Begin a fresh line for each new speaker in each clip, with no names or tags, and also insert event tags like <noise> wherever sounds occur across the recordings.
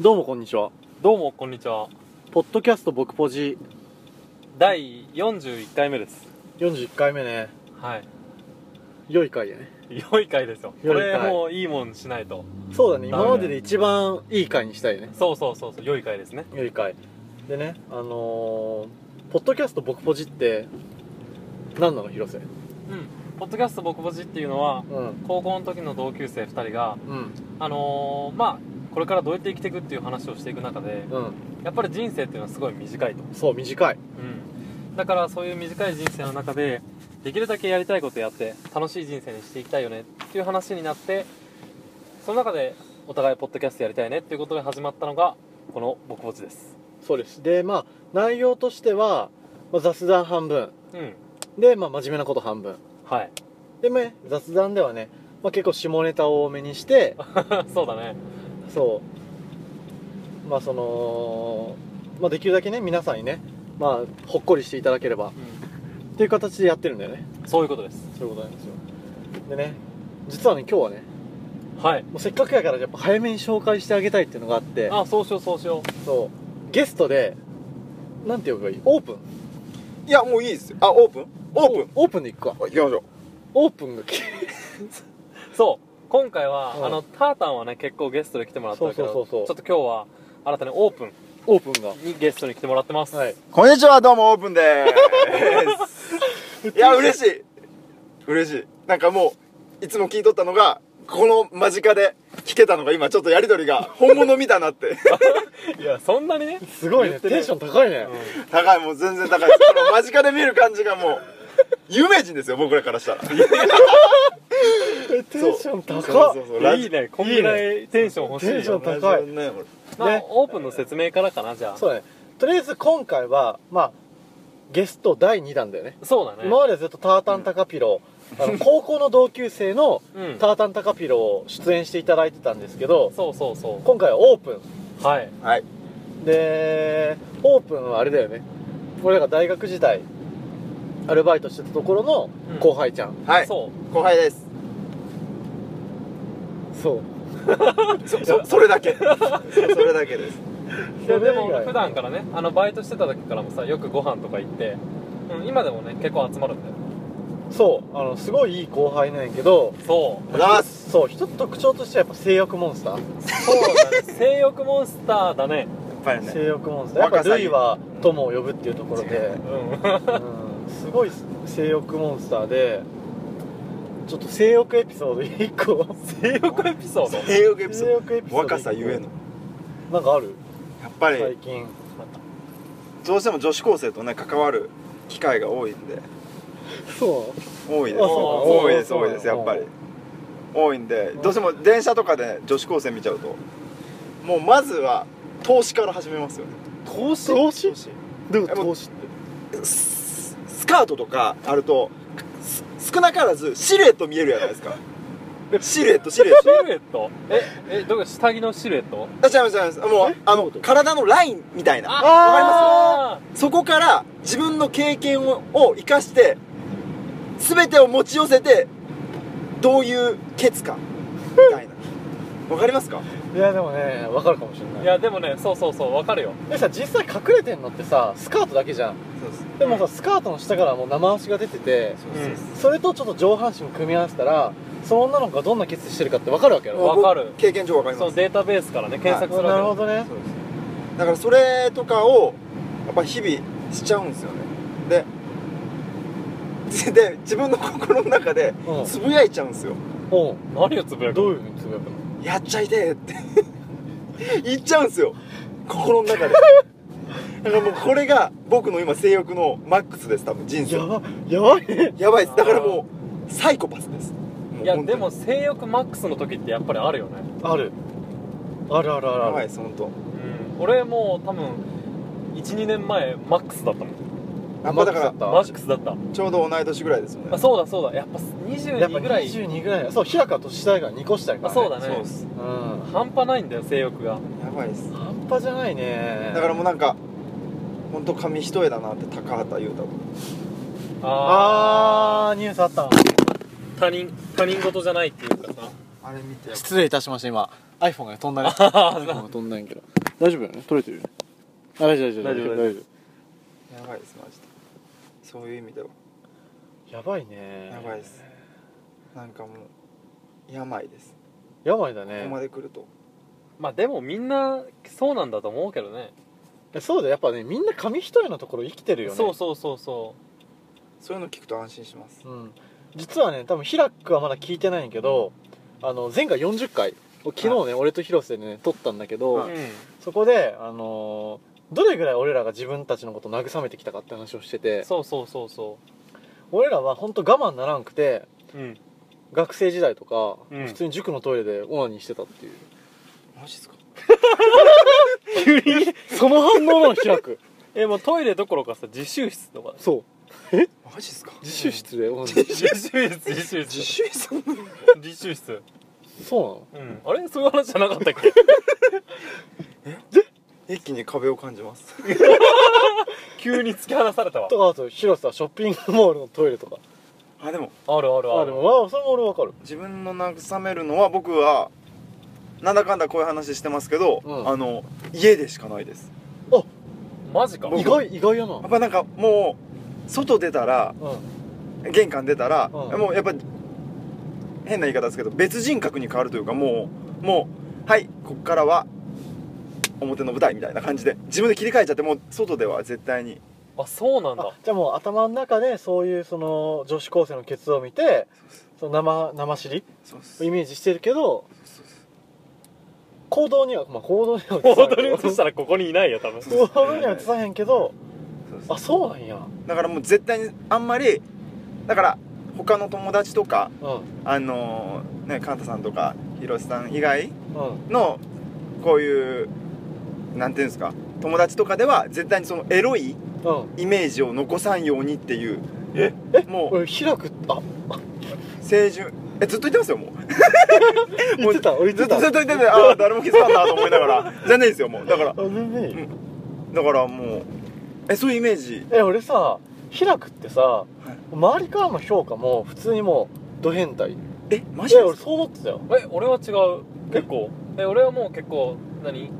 どうもこんにちは。
どうもこんにちは
ポッドキャスト僕ポジ
第41回目です
41回目ね。
はい
良い回やね。
良い回ですよこ
良い
れ
回
もういいもんしないと
そうだね。
だね
今までで一番いい回にしたいね。
そうそうそうそう良い回ですね
良い回。でね、あのー、ポッドキャスト僕ポジって、何なの広瀬。
うんポッドキャスト僕ぼじっていうのは
うん。
高校の時の同級生2人が
うん。
あのー、まあこれからどうやって生きていくっていう話をしていく中で
うん。
やっぱり人生っていうのはすごい短いと
そう、短い。
うんだからそういう短い人生の中でできるだけやりたいことやって楽しい人生にしていきたいよねっていう話になってその中でお互いポッドキャストやりたいねっていうことで始まったのがこの「僕ぼち」です
そうです。で、まあ、内容としては、まあ、雑談半分。
うん
で、まあ、真面目なこと半分。
はい <laughs>
で、まあね、雑談ではね、まあ、結構下ネタを多めにして、
そうだね
そうまあその、まあ、できるだけね皆さんにねまあほっこりしていただければっていう形でやってるんだよね
うんそういうことです
そういうことなんですよでね実はね今日はね
はい
もうせっかくやからやっぱ早めに紹介してあげたいっていうのがあって
あそうしようそうしよ
そうゲストでなんて呼べばいいオープン
いやもういいですよあオープンオープン
オープンでいくか
行きましょ
オープンが来
うそう今回は、
うん
あのタータンはね結構ゲストで来てもらったけど
そうそうそうそう
ちょっと今日は新たにオープン
<laughs> オープンが
にゲストに来てもらってます、
はい
うんこんにちはどうもオープンでー <laughs> すいや嬉しい嬉しいなんかもういつも聞いとったのがこの間近で聞けたのが今ちょっとやりとりが本物見たなって
いやそんなにね
すごいね
言ってね
テンション高いね、
<laughs> 高いもう全然高いですこの間近で見る感じがもう有名人ですよ僕らからしたら
えテンション高っ
そうそうそうラジ
いいねこんぐらいテンション欲しいよ
テンション高い
ラジオねこれ
まあ、
ね
オープンの説明からかなじゃあ
そうだねとりあえず今回はまあゲスト第2弾だよね
そうだね
今までずっとタータンタカピロ、あの高校の同級生の
うん
タータンタカピロを出演していただいてたんですけど
そうそうそ
今回はオープ
うはい
はい
ンでオープンはあれだよね俺らが大学時代アルバイトしてたところの
うん
後輩ちゃん、
はい
そう
後輩です
そう
そそ <laughs> それだけそれだけです
いや
それ
で
以外
も普段からねあのバイトしてた時からもさよくご飯とか行って、うん、今でもね結構集まるんだよ
そうあのすごいいい後輩なんやけど
そ
ありがとうございます
そう一つ特徴としてはやっぱ性欲モンスター、
うそうだね性欲モンスターだね
やっぱりね
性欲モンスターやっぱ
若さ
ル
ゆえ
イは友を呼ぶっていうところで
うん
う
<laughs>
んすごい性欲モンスターでちょっと性欲エピソード1個
性欲エピソード
性欲エピソ
性
ー
欲エピソー
ド
ド
若さゆえの
なんかある
やっぱ
最
り
近
どうしても女子高生とね関わる機会が多いんで
そ
多いです
あそう
多いです
そう
多いです
そう
やっぱり多いんでどうしても電車とかで女子高生見ちゃうともうまずは投資から始めますよね
投資投資どういうこと
えも
投
う
資って
ススカートとかあるとす少なからずシルエット見えるじゃないで
<laughs>
すかシルエットシルエッ
シルエットええどこ下着のシルエット
トあ違います違いますもうあの体のラインみたいなわかります
あ
そこから自分の経験をを生かして全てを持ち寄せてどういうケツかみたいなわかりますか
いやでもねわかるかもしれ
い
ない
やでもねそうそうそうわかるよ
でさ実際隠れてんのってさスカートだけじゃん
そうです
でもさスカートの下からもう生足が出てて
そう
それとちょっと上半身を組み合わせたらその女の子がどんなケツしてるかってわかるわけよ
わかる
経験上わかり
そ
ま
の
す
データベースからね検索する
なるほ
わ
どね
そうですだからそれとかをやっぱ日々しちゃうんですよねででで自分の心の中で
うん
つぶやいちゃうんですよ
うん
け何をつぶやく
どういうふうにつぶやくの
やっちゃいてえって <laughs> 言っちゃうんですよ心の中でだからもうこれが僕の今性欲のマックスです多分人生
やばやばいね
やばいですだからもうサイコパスです
いや
う本当に
でも性欲マックスの時ってやっぱりあるよね
あるあるあるあるあ
や
る
ばいです本当
うん俺もう多分12年前マックスだったもん
やっぱだから
マックス
マックスだった
ちょうど同い年ぐらいですよね
あそうだそうだやっぱ
やっぱ
22ぐらい
22ぐらいそう日高年下が2個下やから、
あ
ね、
そうだね
そうです
うん
半端ないんだよ性欲が
やばいです
半端じゃないね
だからもうなんか本当紙一重だなって高畑優太と
あーニュースあった
他人他人事じゃないっていうかさ
あれ見て
失礼いたしました今 iPhone が飛んだね iPhone が飛んだんやけど大丈夫だよね取れてるよねあ大丈夫大丈夫
大丈夫
大丈
やばいですマジでそういう意味では
夫やばいね
やばいですなんかもう病です
やばいだ
ここ
ね
まで来ると
まあでもみんなそうなんだと思うけどね
えそうだやっぱねみんな紙一重のところ生きてるよね
そうそうそうそ
そういうの聞くと安心します
うん、実はね多分ヒラックはまだ聞いてないんやけど、あの前回40回を昨日ね、俺と広瀬でね撮ったんだけど、
う、
は
う
い
ん
そこで、あのーどれぐらい俺らが自分たちのことを慰めてきたかって話をしてて
そうそうそうそ
俺らは本当我慢ならんくて
ううん
学生時代とか、
うん
普通に塾のトイレでオナニーしてたっていう
マジですか
急にその反応なのヒラック
<laughs> えもうトイレどころかさ自習室とか
<laughs> そう
マジですか
自習室でオナニー、
自習室自習
自
室
習さん
自習室
そうなの
うんあれそういう話じゃなかったっ <laughs> け
一気に壁を感じます
急に突き放されたわ
とかあと広瀬はショッピングモールのトイレとか
あでも
あるあるあ
あ
る
でもまあそれも俺わかる
自分の慰めるのは僕はなんだかんだこういう話してますけど、
うん
あの家でしかないです
マジか
意外意外やな
やっぱなんかもう外出たら
うん
玄関出たら、
うん
もうやっぱ変な言い方ですけど別人格に変わるというかもうもうはいこっからは表の舞台みたいな感じで自分で切り替えちゃってもう外では絶対に
あそうなん
あ
だ
じゃあもう頭の中でそういうその女子高生のケツを見てその生生尻
そうっす
をイメージしてるけど
そうっす
行動にはまあ行動には
本
さ
当
へ
<laughs> に
ん
移したらここにいないよ多分
行動には移さへんけど
そうっす
あそうなんやう
だからもう絶対にあんまりだから他の友達とか
ん
あのーねカンタさんとかヒロシさん以外
うん
のこういうなんていうんですか友達とかでは絶対にそのエロい
うん
イメージを残さんようにっていう
え
もう
俺開くあ
清純えずっと言ってますよもう
言ってた俺言
ず
っ
っ
て
とず
た
っと言っててああ誰も気づかんなと思いながらじゃないですよもうだから
あ全然いい
うんだからもうえそういうイメージ
え俺さ開くってさ周りからの評価も普通にもうド変態
えマジ
え
で
俺
すか
そう思ってたよ
え俺は違う結構え俺はもう結構何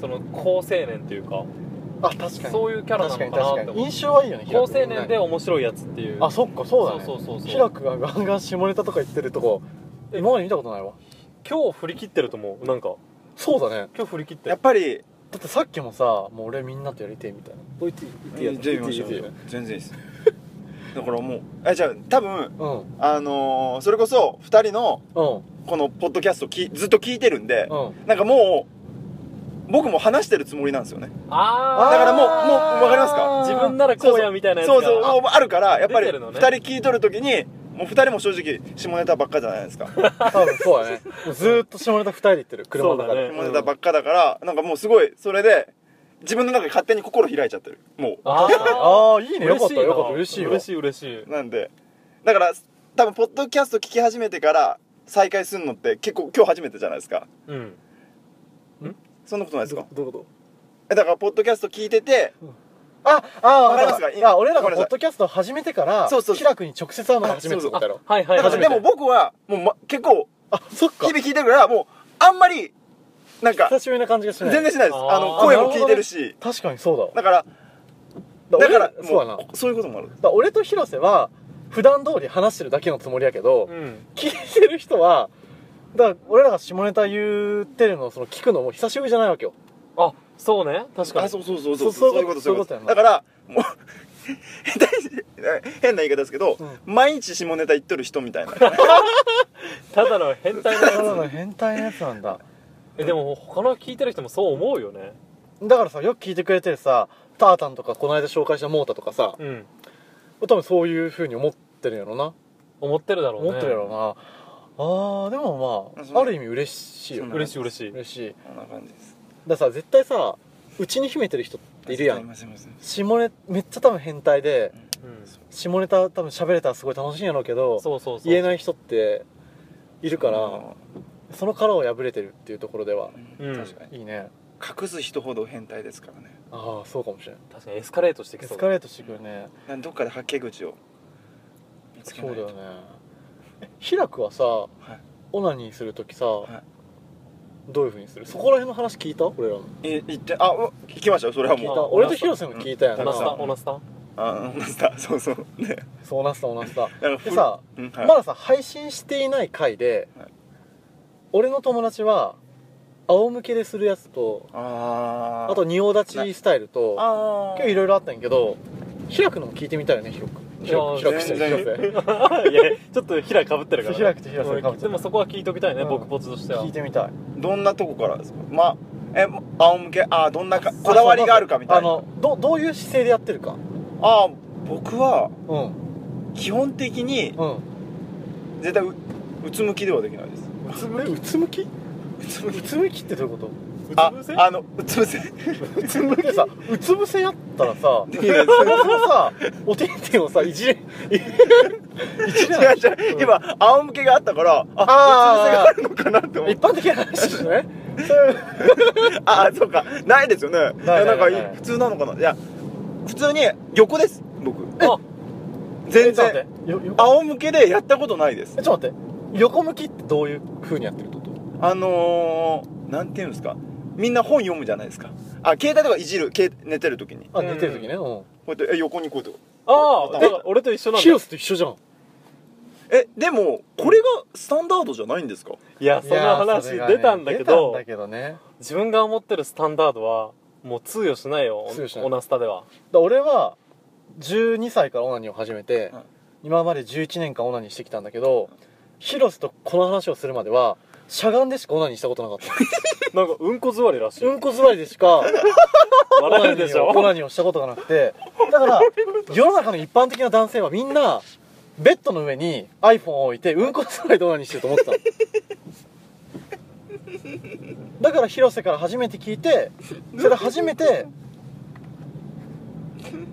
その高青年っていうか
あ確かに
そういうキャラな
確か
のか
に
なっ
確
て
か
思
に
う
印象はいいよね
高
開
青
く
年で面白いやつっていう
あそっかそうだね
そうそうそうそう
ヒラクがガンガン下ネタとか言ってるとこ
え
今まで見たことないわ
今日振り切ってると思うなんか
そうだね
今日振り切って
やっぱり
だってさっきもさもう俺みんなとやりてえみたいなこいつ
じゃあ言いましょう
う
全然いいですだからもうえじゃあ多分
うん
あのーそれこそ2人の
うん
このポッドキャストきずっと聞いてるんで
うん
なんかもう僕も話してるつもりなんですよね
ああ
だからもうもうわかりますか
自分ならこうやみたいなやつが
そうそう
あ
あるからやっぱり
出てるの
2
ね
人聞いとる時にもう2人も正直下ネタばっかじゃないです
<laughs>
か
多分そうだねもうずーっと下ネタ2人で言ってる車の中
そうだ
で
ね
下ネタばっかだからなんかもうすごいそれで自分の中で勝手に心開いちゃってるも
あー
ああーいいねよかった
な
よかった嬉しいわ
嬉しい嬉しいう
なんでだから多分ポッドキャスト聞き始めてから再開するのって結構今日初めてじゃないですか
うん
そんなことないですか
どどういうこと
えだからポッドキャスト聞いてて
ああ
わかりますか
いや俺ら
ご
が
めん
ポッ
なさい
ドキャストを始めてから
そうそう
ヒラクに直接会うのが初めて
そう
だ
そ
ったろ
はいはい
だ
は
か
い
らでも僕はもう、ま、結構
あそっか
日々聞いてるからもうあんまりなんか
久しぶりな感じがしない
全然しないです
あー
あの声も聞いてるし
確かにそうだわ
だから
だ
だ
か
からら
俺そうだな
もうそういうこともある
だから俺と広瀬は普段通り話してるだけのつもりやけど、
うん
聞いてる人はだから俺らが下ネタ言ってるのをその聞くのも久しぶりじゃないわけよ
あそうね確か
あ
に
そうそうそうそ
そ
うそうう
そうい
いう
こ
うこととそういうこ
そういうことや
とだからもう <laughs> 大事変な言い方ですけど、
う
毎日下ネタ言っとる人み
<laughs>
たいな
ただの変態な
ただの変態なやつなんだ
<laughs> えでも他の聞いてる人もそう思うよね
だからさよく聞いてくれてるさタータンとかこの間紹介したモータとかさ
うん
多分そういうふうに思ってるんやろな、
思ってるだろうね
思ってるやろなあーでもま
そ
あ
う
ある意味嬉しいよ
そう
嬉しい嬉しい
嬉しいだか
こんな感じです
らさ絶対さうちに秘めてる人っているや
い
ん
ませんいません
下ネめっちゃ多分変態で
うん
下ネタ多分喋れたらすごい楽しいんやろうけど
そうそうそう
言え
い
ない人っているから、
あの
その殻を破れてるっていうところでは
うん
確かに
いいね
隠す人ほど変態ですからね
ああそうかもしれない
確かにエスカレートしてき
エ
そ
ス
う
カレートしてくるね
なんどっかではけ口を見つけ
そ
な
う
い
だよ
と
ねえヒラクはさ
はい
オナニーする時さ、
い
どういうふうにするそこら辺の話聞いた俺らの
い行ってあう聞きましたよそれは
聞い
も
た
う
あ
俺と広瀬も聞いたやんな
オナスタ
話
オナスタ
あマスターそうそうね
そうなしたそうなした
なんかふ
でさ
うんはい
まださ配信していない回で
はい
俺の友達は仰向けでするやつと
あー
あと仁王立ちスタイルと
あ
今日いろいろあったんやけど開くのも聞いてみたいよね広く
いや
広く広くして
全然
広瀬
<laughs> いやちょっとひらかぶってるから、
開くと広瀬かぶっ
うん
て
でもそこは聞いときたいね、
うん
僕ポツとしては
聞いてみたい
どんなとこからですかまえ仰向けあーどんなかこだわりがあるかみたい
あ
な
のどどういう姿勢でやってるか
あー僕は
うん
基本的に
うん
絶対ううつむきではできないです
うつむきうつむき
うつ
うつむきってどういうこと
あ
うつ伏せ
あのうつむせ
うつむきさうつ伏せやったらさ
できないです
そもそもさおてんてんをさいじれ <laughs> いじれない
違う違う今仰向けがあったからあ
あー
うつ伏せがあるのかなって思っ
一
て
般的な話ですね
ああそうかないですよねい
ない
やなんか
ないない
普通なのかないや普通に横です僕
あ
え
全
ちょっと
然
待ってよよ
仰向けでやったことないです
えちょっと待って横向きってどういう風にやってるってこと
あのー、なんていうんですかみんな本読むじゃないですかあ携帯とかいじる携寝てる時に
あ寝てる時ねうん
こうやってえ横にこうやって
あ
え
あだから俺と一緒なんだ
広瀬と一緒じゃん
えでもこれがスタンダードじゃないんですか
いやその話出たんだけ
出
ど
たんだけどね
自分が思ってるスタンダードはもう通用しないよ
通用しない
オナスタでは
だ俺は12歳からオナニーを始めて、
はい
今まで11年間オナニーしてきたんだけど広瀬とこの話をするまではしゃがんでしかオナニーしたことなかっ
なんかうんこ座りらしたい
うんこ座りでしか
笑えるでしょ
オナニーをしたことがなくてだから世の中の一般的な男性はみんなベッドの上に iPhone を置いてうんこ座りでオナニーしてると思ってたのだから広瀬から初めて聞いてそれで初めて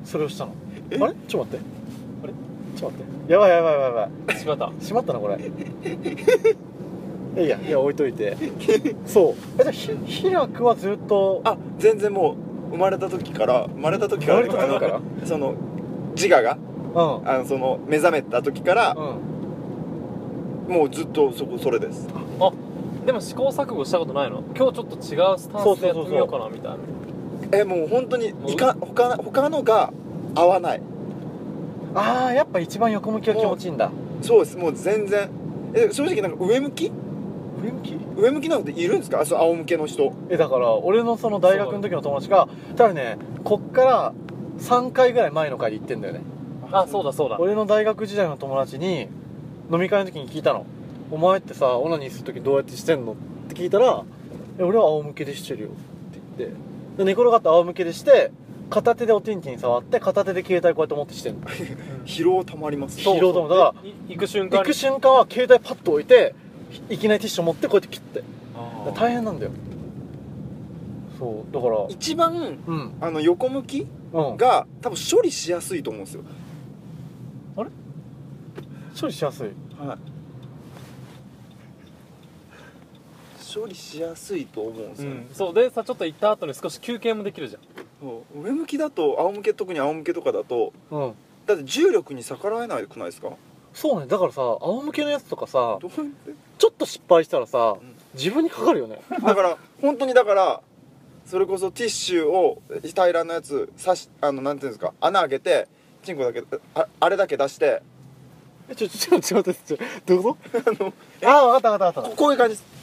それをしたのあれちょっと待ってあれちょっと待ってやばいやばいやばいやばい
しまった
閉まったなこれいやいや置いといてそうえじゃあひ平くはずっと
あ全然もう生まれた時から生まれた時から
生まれた時から
あのその自我が
う
あのその目覚めた時から
んうん
もうずっとそこそれです
でも試行錯誤したことないの今日ちょっと違うスタンスでやってみようかなみたいな
えもう本当にいか他他のが合わない
ああやっぱ一番横向きが気持ちいいんだ
そうですもう全然え正直なんか上向き
上向き
上向きなんているんですかあそう仰向けの人
えだから俺のその大学の時の友達が多分ねこっから3回ぐらい前の回で行ってんだよね
あそうだそうだ
俺の大学時代の友達に飲み会の時に聞いたの「お前ってさオナニーする時どうやってしてんの?」って聞いたら「え俺は仰向けでしてるよ」って言ってで寝転がって仰向けでして片手でおてんちん触って片手で携帯こうやって持ってしてんの
疲労たまります
そう疲労ともだから
い行く瞬間
行
に
く瞬間は携帯パッと置いてひいきなりティッシュ持ってこうやって切って
あー
大変なんだよそうだから
一番
うん
あの横向き
うん
が多分処理しやすいと思うんですよ、
処理しやすい
はい、処理しやすいと思うんです
う
よね、
んそうでさちょっと行った後に少し休憩もできるじゃん
そう上向きだと仰向け特に仰向けとかだと
うん
だって重力に逆らえないくないですか
そうねだからさ仰向けのやつとかさ
どうやって
ちょっと失敗したらさ
うん
自分にかかるよね
だから本当にだからそれこそティッシュを平らなやつ刺しあのなんていうんですか穴開けてチンコだけああれだけ出して
えちょちょちょちょちょどういうこと <laughs> ああ分かった分かった分か
こ
っ
こういう感じです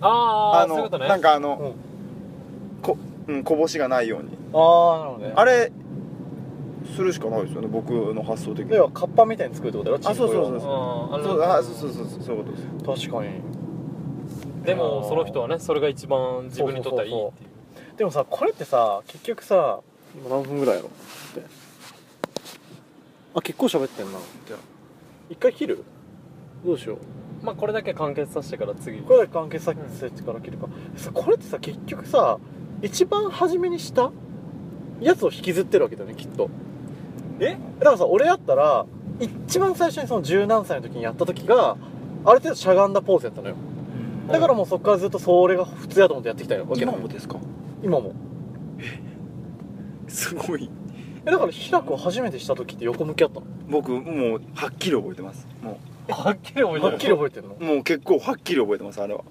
ああそういう
の
ことね
なんかあの、
う
こうん、こぼしがないように
たああなるほどね
あれするしかないですよね僕の発想的に
要はカッパみたいに作るってことだろ
あそうそうそう
う
チン
んあの
そうあそうそうそうそうそういうことです
コ用は確かに
でもその人はねそれが一番自分にとってはいいっていう
でもさこれってさ結局さ今何分ぐらいやろってあ結構喋ってんな
じゃあ
一回切るどうしよう
まあこれだけ完結させてから次
これだけ関係先から切るか、さこれってさ結局さ一番初めにしたやつを引きずってるわけだよねきっと
え
だからさ俺やったら一番最初にその十何歳の時にやった時がある程度しゃがんだポーズやったのよだからもうそこからずっとそれが普通やと思ってやってきたよわけなの
ですか
今も
すごい
えだから開くを初めてした時って横向きやったの
僕もうはっきり覚えてますも
はっきり覚えてる
はっきり覚えてるの
うもう結構はっきり覚えてますあれは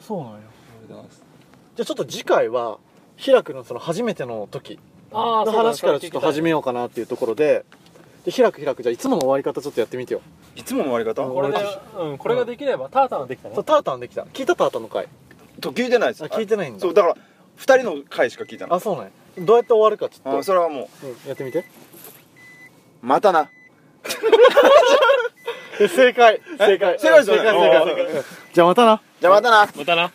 そうなんや
りがとうございます
じゃあちょっと次回は平くんのその初めての時
ああ
の話からちょっと始めようかなっていうところでで平く平くじゃあいつもの終わり方ちょっとやってみてよ
いつもの終わり
あ
方
これで
俺、
うん、これができれば、タータンはできたね
そうタータンできた聞いたタータンの回
と聞いてないです
あ聞いてないんだ
そうだから二人の回しか聞いてない
あそうなんやどうやって終わるかちょ
あ
っと
それはも
うん、やってみて
うまたな
え正解正解
正解ですよね
正解正解正解じゃあまたな
じゃあまたな
またな